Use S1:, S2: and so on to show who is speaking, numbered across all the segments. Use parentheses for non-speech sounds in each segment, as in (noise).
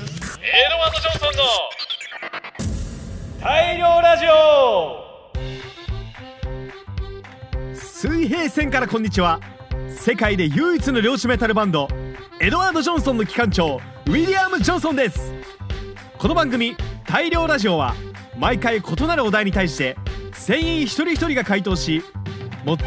S1: ワード・ジョンソンの大量ラジオ
S2: 水平線からこんにちは世界で唯一の漁師メタルバンドエドワード・ジョンソンの機関長ウィリアム・ジョンソンですこの番組「大量ラジオは」毎回異なるお題に対して船員一人一人が回答し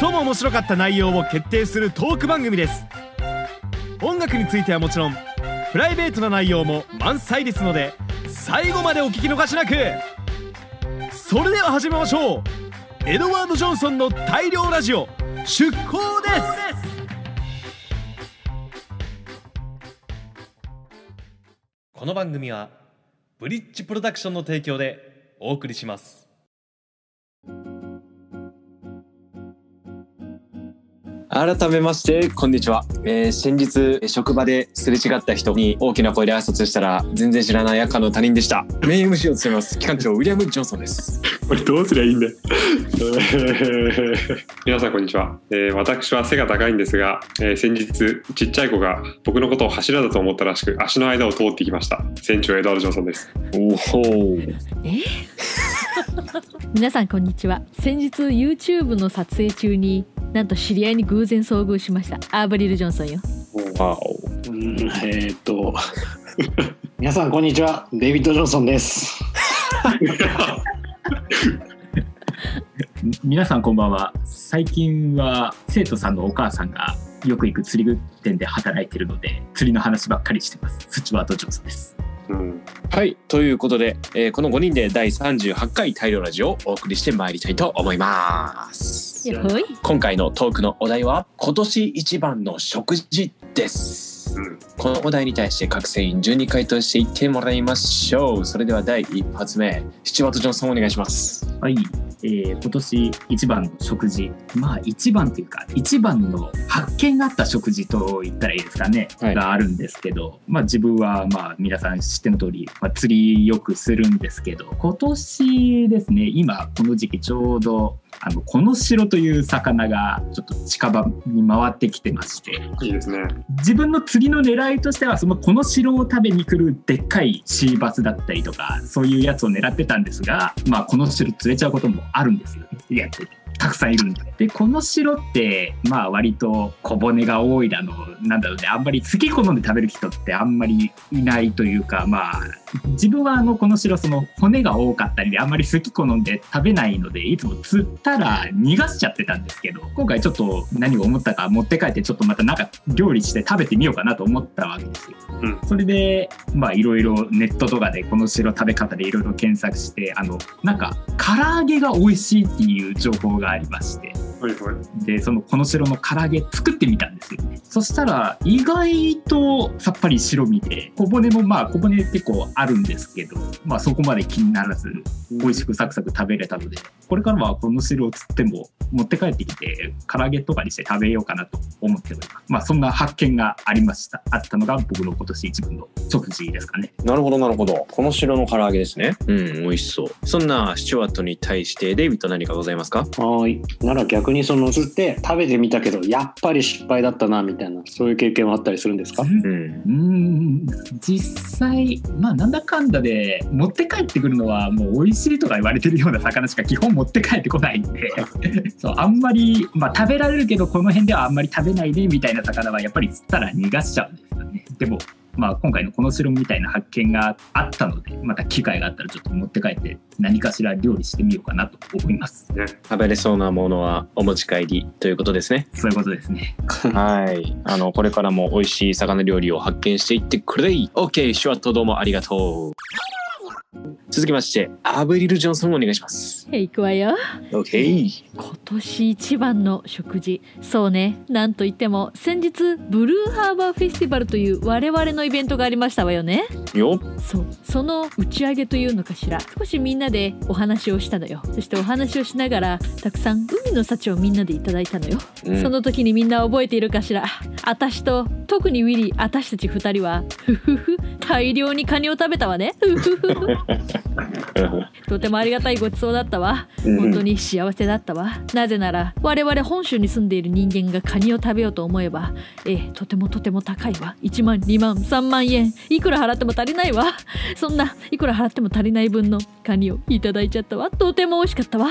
S2: 最も面白かった内容を決定するトーク番組です音楽についてはもちろんプライベートな内容も満載ですので最後までお聞き逃しなくそれでは始めましょうエドワード・ジョンソンの大量ラジオ出航ですこの番組はブリッジプロダクションの提供でお送りします
S3: 改めましてこんにちは、えー先日えー職場ですれ違った人に大きな声で挨拶したら全然知らない赤の他人でしたメイン MC を務めます機関長ウィリアム・ジョンソンです
S4: これどうすりゃいいんだよ (laughs) 皆さんこんにちは、えー私は背が高いんですが、えー先日ちっちゃい子が僕のことを柱だと思ったらしく足の間を通ってきました船長エドワード・ジョンソンです
S3: おお
S5: 皆さんこんにちは先日 YouTube の撮影中になんと知り合いに偶然遭遇しましたアーブリル・ジョンソンよ
S3: わお
S6: うんえーっと皆さんこんにちはデイビッド・ジョンソンです
S7: 皆さんこんばんは最近は生徒さんのお母さんがよく行く釣り具店で働いてるので釣りの話ばっかりしてますスチュワート・ジョンソンです
S4: うん
S3: はいということで、えーこの5人で第38回大量ラジオをお送りしてまいりたいと思います
S5: やっほい
S3: 今回のトークのお題は今年一番の食事です
S4: うん
S3: このお題に対して各船員12回答していってもらいましょうそれでは第1発目スチュワート・ジョンソンお願いします
S7: はい、えー今年一番の食事まあ一番というか一番の発見があった食事と言ったらいいですかね、
S3: はい
S7: があるんですけどまあ自分はまあ皆さん知っての通り、まあ、釣りよくするんですけど今年ですね今この時期ちょうどあのこの白という魚がちょっと近場に回ってきてまして
S4: いいですね
S7: 自分の釣りの狙いとしてはそのこの城を食べに来るでっかいシーバスだったりとかそういうやつを狙ってたんですが、まあ、この城釣れちゃうこともあるんですよねいやたくさんいるんででこの城ってまあ割と小骨が多いだのなんだろうねあんまり好き好んで食べる人ってあんまりいないというかまあ自分はあのこの城その骨が多かったりであんまり好き好んで食べないのでいつも釣ったら逃がしちゃってたんですけど今回ちょっと何を思ったか持って帰ってちょっとまたなんか料理して食べてみようかなと思ったわけですよ、
S4: うん
S7: それでまあいろいろネットとかでこの城食べ方でいろいろ検索してあのなんか唐揚げが美味しいっていう情報がありまして
S4: はいはい
S7: でそのこの白の唐揚げ作ってみたんですよねそしたら意外とさっぱり白身で小骨もまあ小骨結構あるんですけどまあそこまで気にならず美味しくサクサク食べれたのでこれからはこの白を釣っても持って帰ってきて唐揚げとかにして食べようかなと思っておりますまあそんな発見がありましたあったのが僕の今年一分の食事ですかね
S3: なるほどなるほどこの白の唐揚げですねうん美味しそうそんなスチュワートに対してデイビッド何かございますか
S6: はーいなら逆にその釣って食べてみたけどやっぱり失敗だったなみたいなそういう経験はあったりするんですか
S3: ん
S7: うーん実際まあなんだかんだで持って帰ってくるのはもう美味しいとか言われてるような魚しか基本持って帰ってこないんでそうあんまり、まあ、食べられるけどこの辺ではあんまり食べないでみたいな魚はやっぱり釣ったら逃がしちゃうんですよねでもまあ今回のこの白みたいな発見があったのでまた機会があったらちょっと持って帰って何かしら料理してみようかなと思います
S3: 食べれそうなものはお持ち帰りということですね
S7: そういうことですね
S3: はいあのこれからも美味しい魚料理を発見していってくれい OK シュワットどうもありがとう続きましてアブリル・ジョンソンお願いします
S5: じゃあ行くわよ
S3: OK
S5: 今年一番の食事そうねなんといっても先日ブルーハーバーフェスティバルという我々のイベントがありましたわよね
S3: よ
S5: そうその打ち上げというのかしら少しみんなでお話をしたのよそしてお話をしながらたくさん海の幸をみんなでいただいたのよ
S3: うん
S5: その時にみんな覚えているかしら私と特にウィリー私たち2人はふふふ大量にカニを食べたわねふふふとてもありがたいごちそうだったわ
S3: うん
S5: 本当に幸せだったわなぜなら我々本州に住んでいる人間がカニを食べようと思えばええとてもとても高いわ1万2万3万円いくら払っても足りないわそんないくら払っても足りない分のカニをいただいちゃったわとても美味しかったわ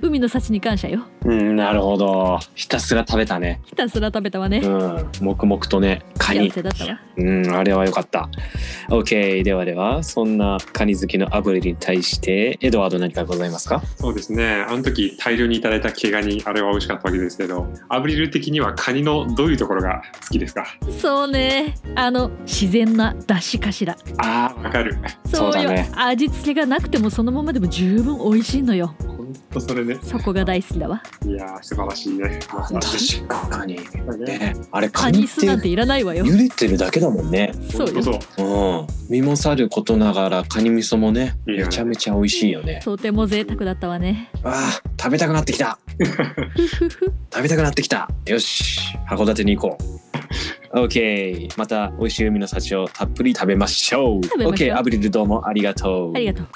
S5: 海の幸に感謝よ
S3: うん、なるほど。ひたすら食べたね。
S5: ひたすら食べたわね
S3: うん、黙々とね、カ
S5: 幸
S3: ニ。
S5: せだったわ
S3: うん、あれは良かった。OK、ではでは、そんなカニ好きのアブリに対して、エドワード何かございますか
S4: そうですねあの時大量にいただいた毛ガニあれは美味しかったわけですけどアブリル的にはカニのどういうところが好きですか
S5: そうねあの自然な出汁かしら
S4: あーわかる
S5: そうよ
S3: そうだね
S5: 味付けがなくてもそのままでも十分美味しいのよ
S4: ほんとそれね
S5: そこが大好きだわ
S4: いやー素晴らしいねまあ
S3: か、カニ。
S4: まあね
S3: ね、あれ
S5: カ
S3: カニ
S5: ニ
S3: っ
S5: 酢なんて
S3: て
S5: いらないわよ
S3: 茹でてるだけだもんね。
S4: ほ
S5: そうん
S4: と
S5: よ
S4: そ
S3: う
S4: う
S3: ん。身もさることながら、カニ味噌もね、
S4: いいよね
S3: めちゃめちゃ美味しいよね。
S5: とても贅沢だったわね
S3: あー食べたくなってき (laughs) た。
S5: ふふふ
S3: 食べたくなってきたよし函館に行こう OK また美味しい海の幸をたっぷり食べましょう
S5: 食べましょう
S3: OK アブリルどうもありがとう
S5: ありがとう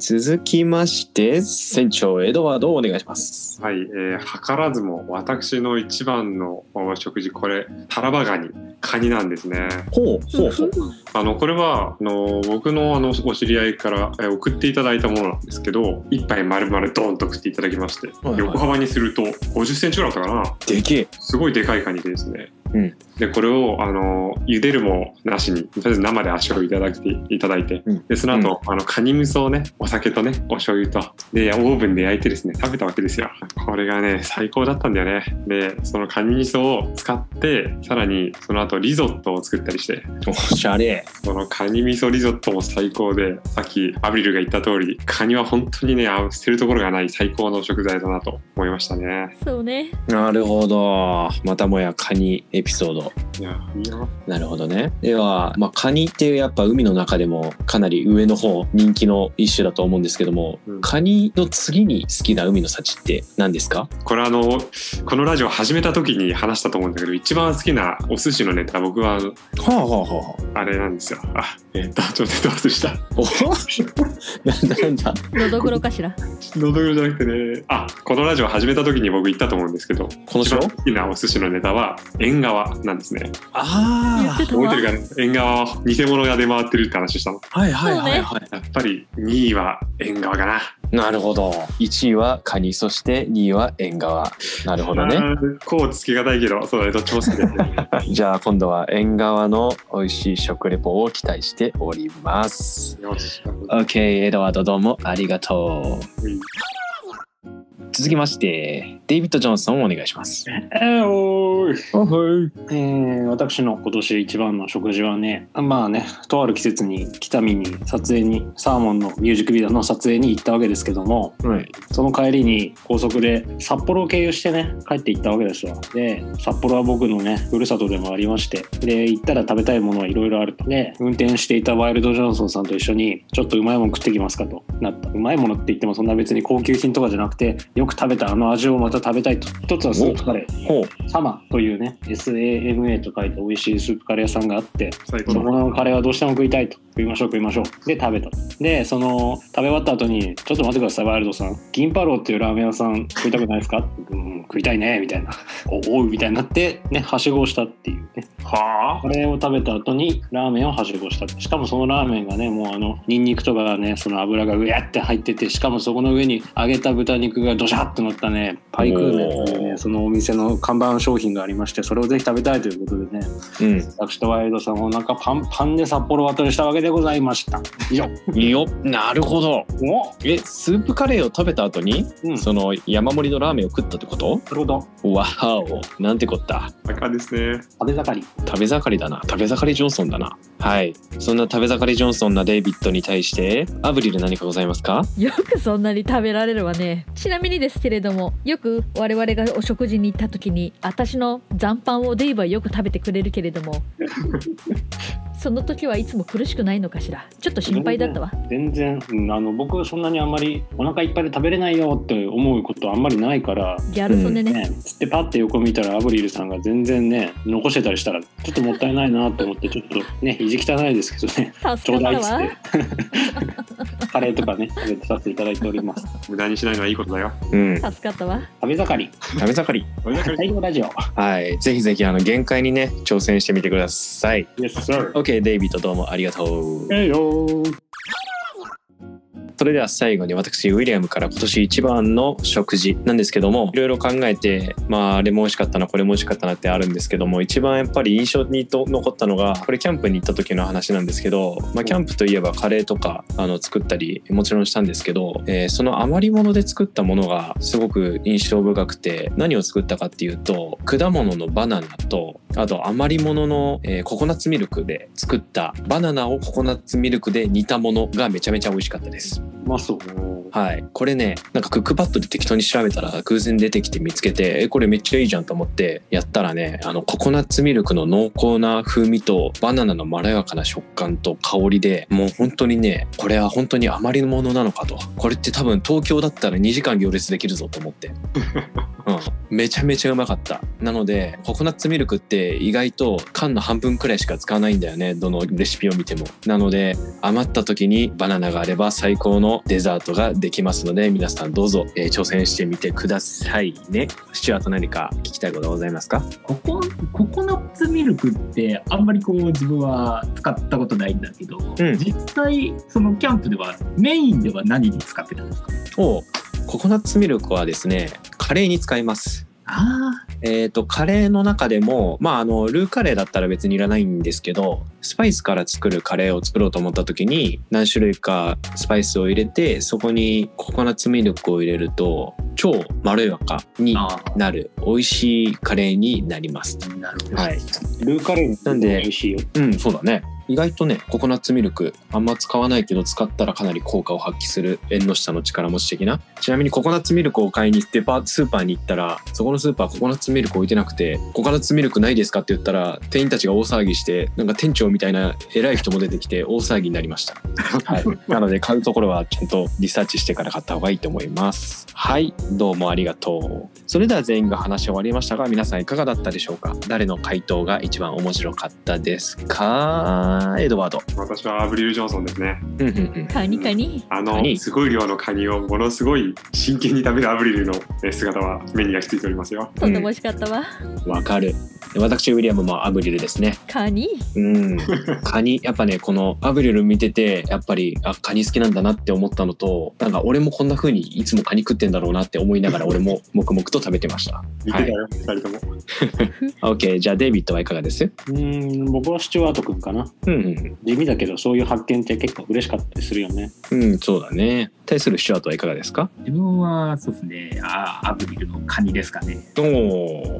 S3: 続きまして船長エドワードお願いします
S4: はい、えー図らずも私の一番のお食事これタラバガニカニなんですね
S3: ほうほうほう
S4: あのこれはあの僕のあのお知り合いからえー送っていただいたものなんですけど一杯丸々ドーンと食っていただきまして、
S3: いはい
S4: 横幅にすると5 0センチぐらいだったかな
S3: でけえ
S4: すごいでかいカニでですね、
S3: うん
S4: でこれをあの茹でるもなしにとりあえず生で足をいただいていただいて、
S3: うん
S4: でその後、あのカニ味噌をねお酒とねお醤油とでオーブンで焼いてですね食べたわけですよこれがね最高だったんだよねでそのカニ味噌を使ってさらにその後リゾットを作ったりして
S3: おしゃれ
S4: そのカニ味噌リゾットも最高でさっきアブリルが言った通りカニは本当にねあ捨てるところがない最高の食材だなと思いましたね
S5: そうね
S3: なるほどまたもやカニエピソード
S4: いやいいな
S3: なるほどねでは、まあ、カニってやっぱ海の中でもかなり上の方人気の一種だと思うんですけども、
S4: うん
S3: カニの次に好きな海の幸って何ですか
S4: これあのこのラジオ始めた時に話したと思うんだけど一番好きなお寿司のネタ僕は
S3: はあはあはあ
S4: あれなんですよあえっとちょっと忘れした
S3: お (laughs) なんだなんだ
S5: のどぐろかしら
S4: 喉黒じゃなくてねあこのラジオ始めた時に僕言ったと思うんですけど
S3: この
S4: 一
S3: 人
S4: 番好きなお寿司のネタは縁側なんですね
S5: 言っ
S3: あ
S5: てた
S4: 覚
S5: わ
S4: えてるかな縁側は偽物が出回ってるって話したの
S3: あはいはいはいはい、
S4: やっぱり2位は縁側かな
S3: なるほど1位はカニそして2位は縁側なるほどね
S4: あーこうつけがたいけどそうだねどっちも好きだよね
S3: じゃあ今度は縁側の美味しい食レポを期待しております
S4: よし
S3: OK エドワードどうもありがとう
S4: うん
S3: 続きましてデイビッド・ジョンソンお願いします
S6: えー、おーい
S3: おはい
S6: えー私の今年一番の食事はねまあねとある季節に北見に撮影にサーモンのミュージックビデオの撮影に行ったわけですけども
S3: はい
S6: その帰りに高速で札幌を経由してね帰って行ったわけですよで札幌は僕のねふるさとでもありましてで行ったら食べたいものはいろいろあるとで運転していたワイルド・ジョンソンさんと一緒にちょっとうまいもの食ってきますかとなったうまいものって言ってもそんな別に高級品とかじゃなくてよく食べたあの味をまた食べたいと一つはスープカレー
S3: ほう
S6: サマというね SAMA と書いて美味しいスープカレー屋さんがあって
S4: 最高
S6: そ
S4: だ
S6: このカレーはどうしても食いたいと食いましょう食いましょうで食べたでその食べ終わった後に「ちょっと待ってくださいワイルドさん銀パローっていうラーメン屋さん食いたくないですか?」うん食いたいね」みたいな「おおう」みたいになってねはしごをしたっていうね
S4: は
S6: カレーを食べた後にラーメンをはしごしたしかもそのラーメンがねもうあのニンニクとかがねその油がうやって入っててしかもそこの上に揚げた豚肉がドシャッと乗ったねパイクーメンという
S3: おー
S6: ねそのお店の看板商品がありましてそれをぜひ食べたいということでね
S3: うん
S6: 私とワイルドさんお腹パンパンで札幌渡りしたわけでございました以上
S3: よなるほど
S6: お
S3: えスープカレーを食べた後に
S6: うん
S3: その山盛りのラーメンを食ったってこと
S6: なるほど
S3: わーおなんてこった
S4: あ赤ですね
S6: 食べ盛り
S3: 食べ盛りだな食べ盛りジョンソンだなはいそんな食べ盛りジョンソンなデイビッドに対してアブリル何かございますか
S5: よくそんなに食べられるわねちなみにですけれどもよく我々がお食事に行った時に私の残飯をデイブはよく食べてくれるけれどもその時はいつも苦しくないのかしらちょっと心配だったわ
S6: 全然、うんあの僕はそんなにあんまりお腹いっぱいで食べれないよって思うことあんまりないから
S5: ギャル曽根ね、
S6: ね、つってパッて横見たらアブリルさんが全然ね残してたりしたらちょっともったいないなと思ってちょっとね意地汚いですけど
S5: (laughs)
S6: ねち
S5: 助
S6: ょ
S5: か
S6: う
S5: った
S6: だいっつ
S5: わ
S6: って (laughs) カレーとかね食べさせていただいております
S4: 無駄にしないのはいいことだよ。
S3: うん。
S5: 助かったわ
S6: 食べ盛り
S3: 食べ盛り。
S4: これだけ
S6: 大量ラジオ
S3: はい。ぜひぜひ、あの、限界にね、挑戦してみてください。
S6: Yes sir
S3: OK、デイビッドどうもありがとう。
S6: えいよー
S3: それでは最後に私ウィリアムから今年一番の食事なんですけどもいろいろ考えてまああれも美味しかったなこれも美味しかったなってあるんですけども一番やっぱり印象にと残ったのがこれキャンプに行った時の話なんですけど、まあ、キャンプといえばカレーとかあの作ったりもちろんしたんですけど、えーその余り物で作ったものがすごく印象深くて何を作ったかっていうと果物のバナナとあと余り物の、えーココナッツミルクで作ったバナナをココナッツミルクで煮たものがめちゃめちゃ美味しかったです。
S6: うまそう
S3: はい、これねなんかクックパッドで適当に調べたら偶然出てきて見つけてえこれめっちゃいいじゃんと思ってやったらねあのココナッツミルクの濃厚な風味とバナナのまろやかな食感と香りでもう本当にねこれは本当に余りのものなのかとこれって多分東京だったら2時間行列できるぞと思ってうん、めちゃめちゃうまかったなのでココナッツミルクって意外と缶の半分くらいしか使わないんだよねどのレシピを見てもなので余った時にバナナがあれば最高のデザートができますので皆さんどうぞ、えー挑戦してみてくださいねシチュアート何か聞きたいことございますか
S7: ココココナッツミルクってあんまりこう自分は使ったことないんだけど、
S3: ん
S7: 実際そのキャンプではメインでは何に使ってたんですか
S3: おココナッツミルクはですねカレーに使います
S7: ああ
S3: えー、とカレーの中でも、まあ、あのルーカレーだったら別にいらないんですけどスパイスから作るカレーを作ろうと思った時に何種類かスパイスを入れてそこにココナッツミルクを入れると超まろやかに
S7: ああ
S3: なる美味しいカレーになります。
S7: なるほど、
S3: はい、
S6: ルーカレー
S3: なんで
S6: 美味しいよ
S3: うんそうだね意外とねココナッツミルクあんま使わないけど使ったらかなり効果を発揮する縁の下の力持ち的なちなみにココナッツミルクを買いに行ってパスーパーに行ったらそこのスーパーココナッツミルク置いてなくてココナッツミルクないですかって言ったら店員たちが大騒ぎしてなんか店長みたいな偉い人も出てきて大騒ぎになりました、はい、 (laughs) なので買うところはちゃんとリサーチしてから買った方がいいと思いますはいどうもありがとうそれでは全員が話し終わりましたが皆さんいかがだったでしょうか誰の回答が一番面白かったですかエドワード
S4: 私はアブリル・ジョンソンですね。
S3: うんうんうん
S5: カニカニ
S4: あ
S3: カ
S4: の
S3: ニ
S4: すごい量のカニをものすごい真剣に食べるアブリルのえ姿は目に焼き付いておりますよ。
S5: とても美味しかったわ、
S3: わかる私ウィリアムもアブリルですね
S5: カニ (laughs)
S3: (laughs) うん、カニやっぱねこのアブリル見ててやっぱりあカニ好きなんだなって思ったのとなんか俺もこんな風にいつもカニ食ってんだろうなって思いながら俺も黙々と食べてました
S4: 見てたよ、二人とも。
S3: OK じゃあデイビッドはいかがです
S6: うーん僕はスチュワート君かな
S3: うんうん
S6: 地味だけどそういう発見って結構嬉しかったりするよね
S3: うんそうだね対するシチュアートはいかがですか
S7: 自分はそうですねあーアブリルのカニですかね
S3: お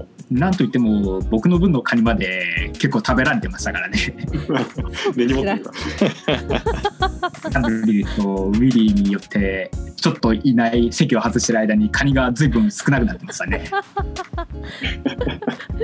S3: お
S7: なんといっても僕の分のカニまで結構食べられてましたか
S3: (laughs)
S7: らね
S4: 根に持ってるか
S7: アブリルとウィリーによってちょっといない席を外してる間にカニが随分少なくなってまし
S3: (laughs)
S7: たね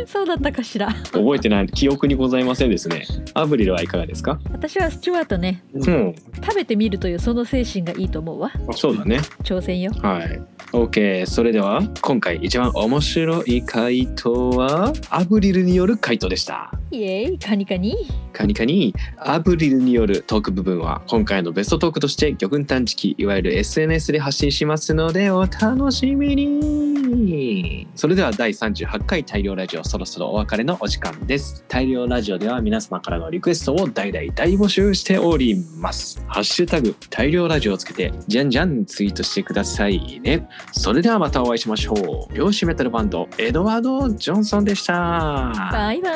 S5: そうだったかしら
S3: 覚えてない記憶にございませんですねアブリルはいかがですか
S5: 私はスチュワートね
S3: うん
S5: 食べてみるというその精神がいいと思うわ
S4: ら。
S3: そうだね
S5: 挑戦よ
S3: はい OK それでは今回一番面白い回答はアブリルによる回答でした
S5: イエーイカニカニ
S3: カニカニアブリルによるトーク部分は今回のベストトークとして魚群探知機いわゆる SNS で発信しますのでお楽しみにそれでは第38回大量ラジオそろそろお別れのお時間です大量ラジオでは皆様からのリクエストを代々大募集しておりますハッシュタグ大量ラジオをつけてじゃんじゃんツイートしてくださいねそれではまたお会いしましょう漁師メタルバンドエドワード・ジョンソンでした
S5: バイバ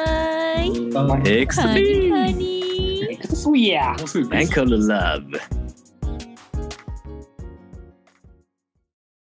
S5: イ
S3: エクス
S5: カ
S3: テ
S5: ニ
S3: ィ
S5: カニ
S6: そういや
S4: もうすぐ来る
S3: アンコール・ラブ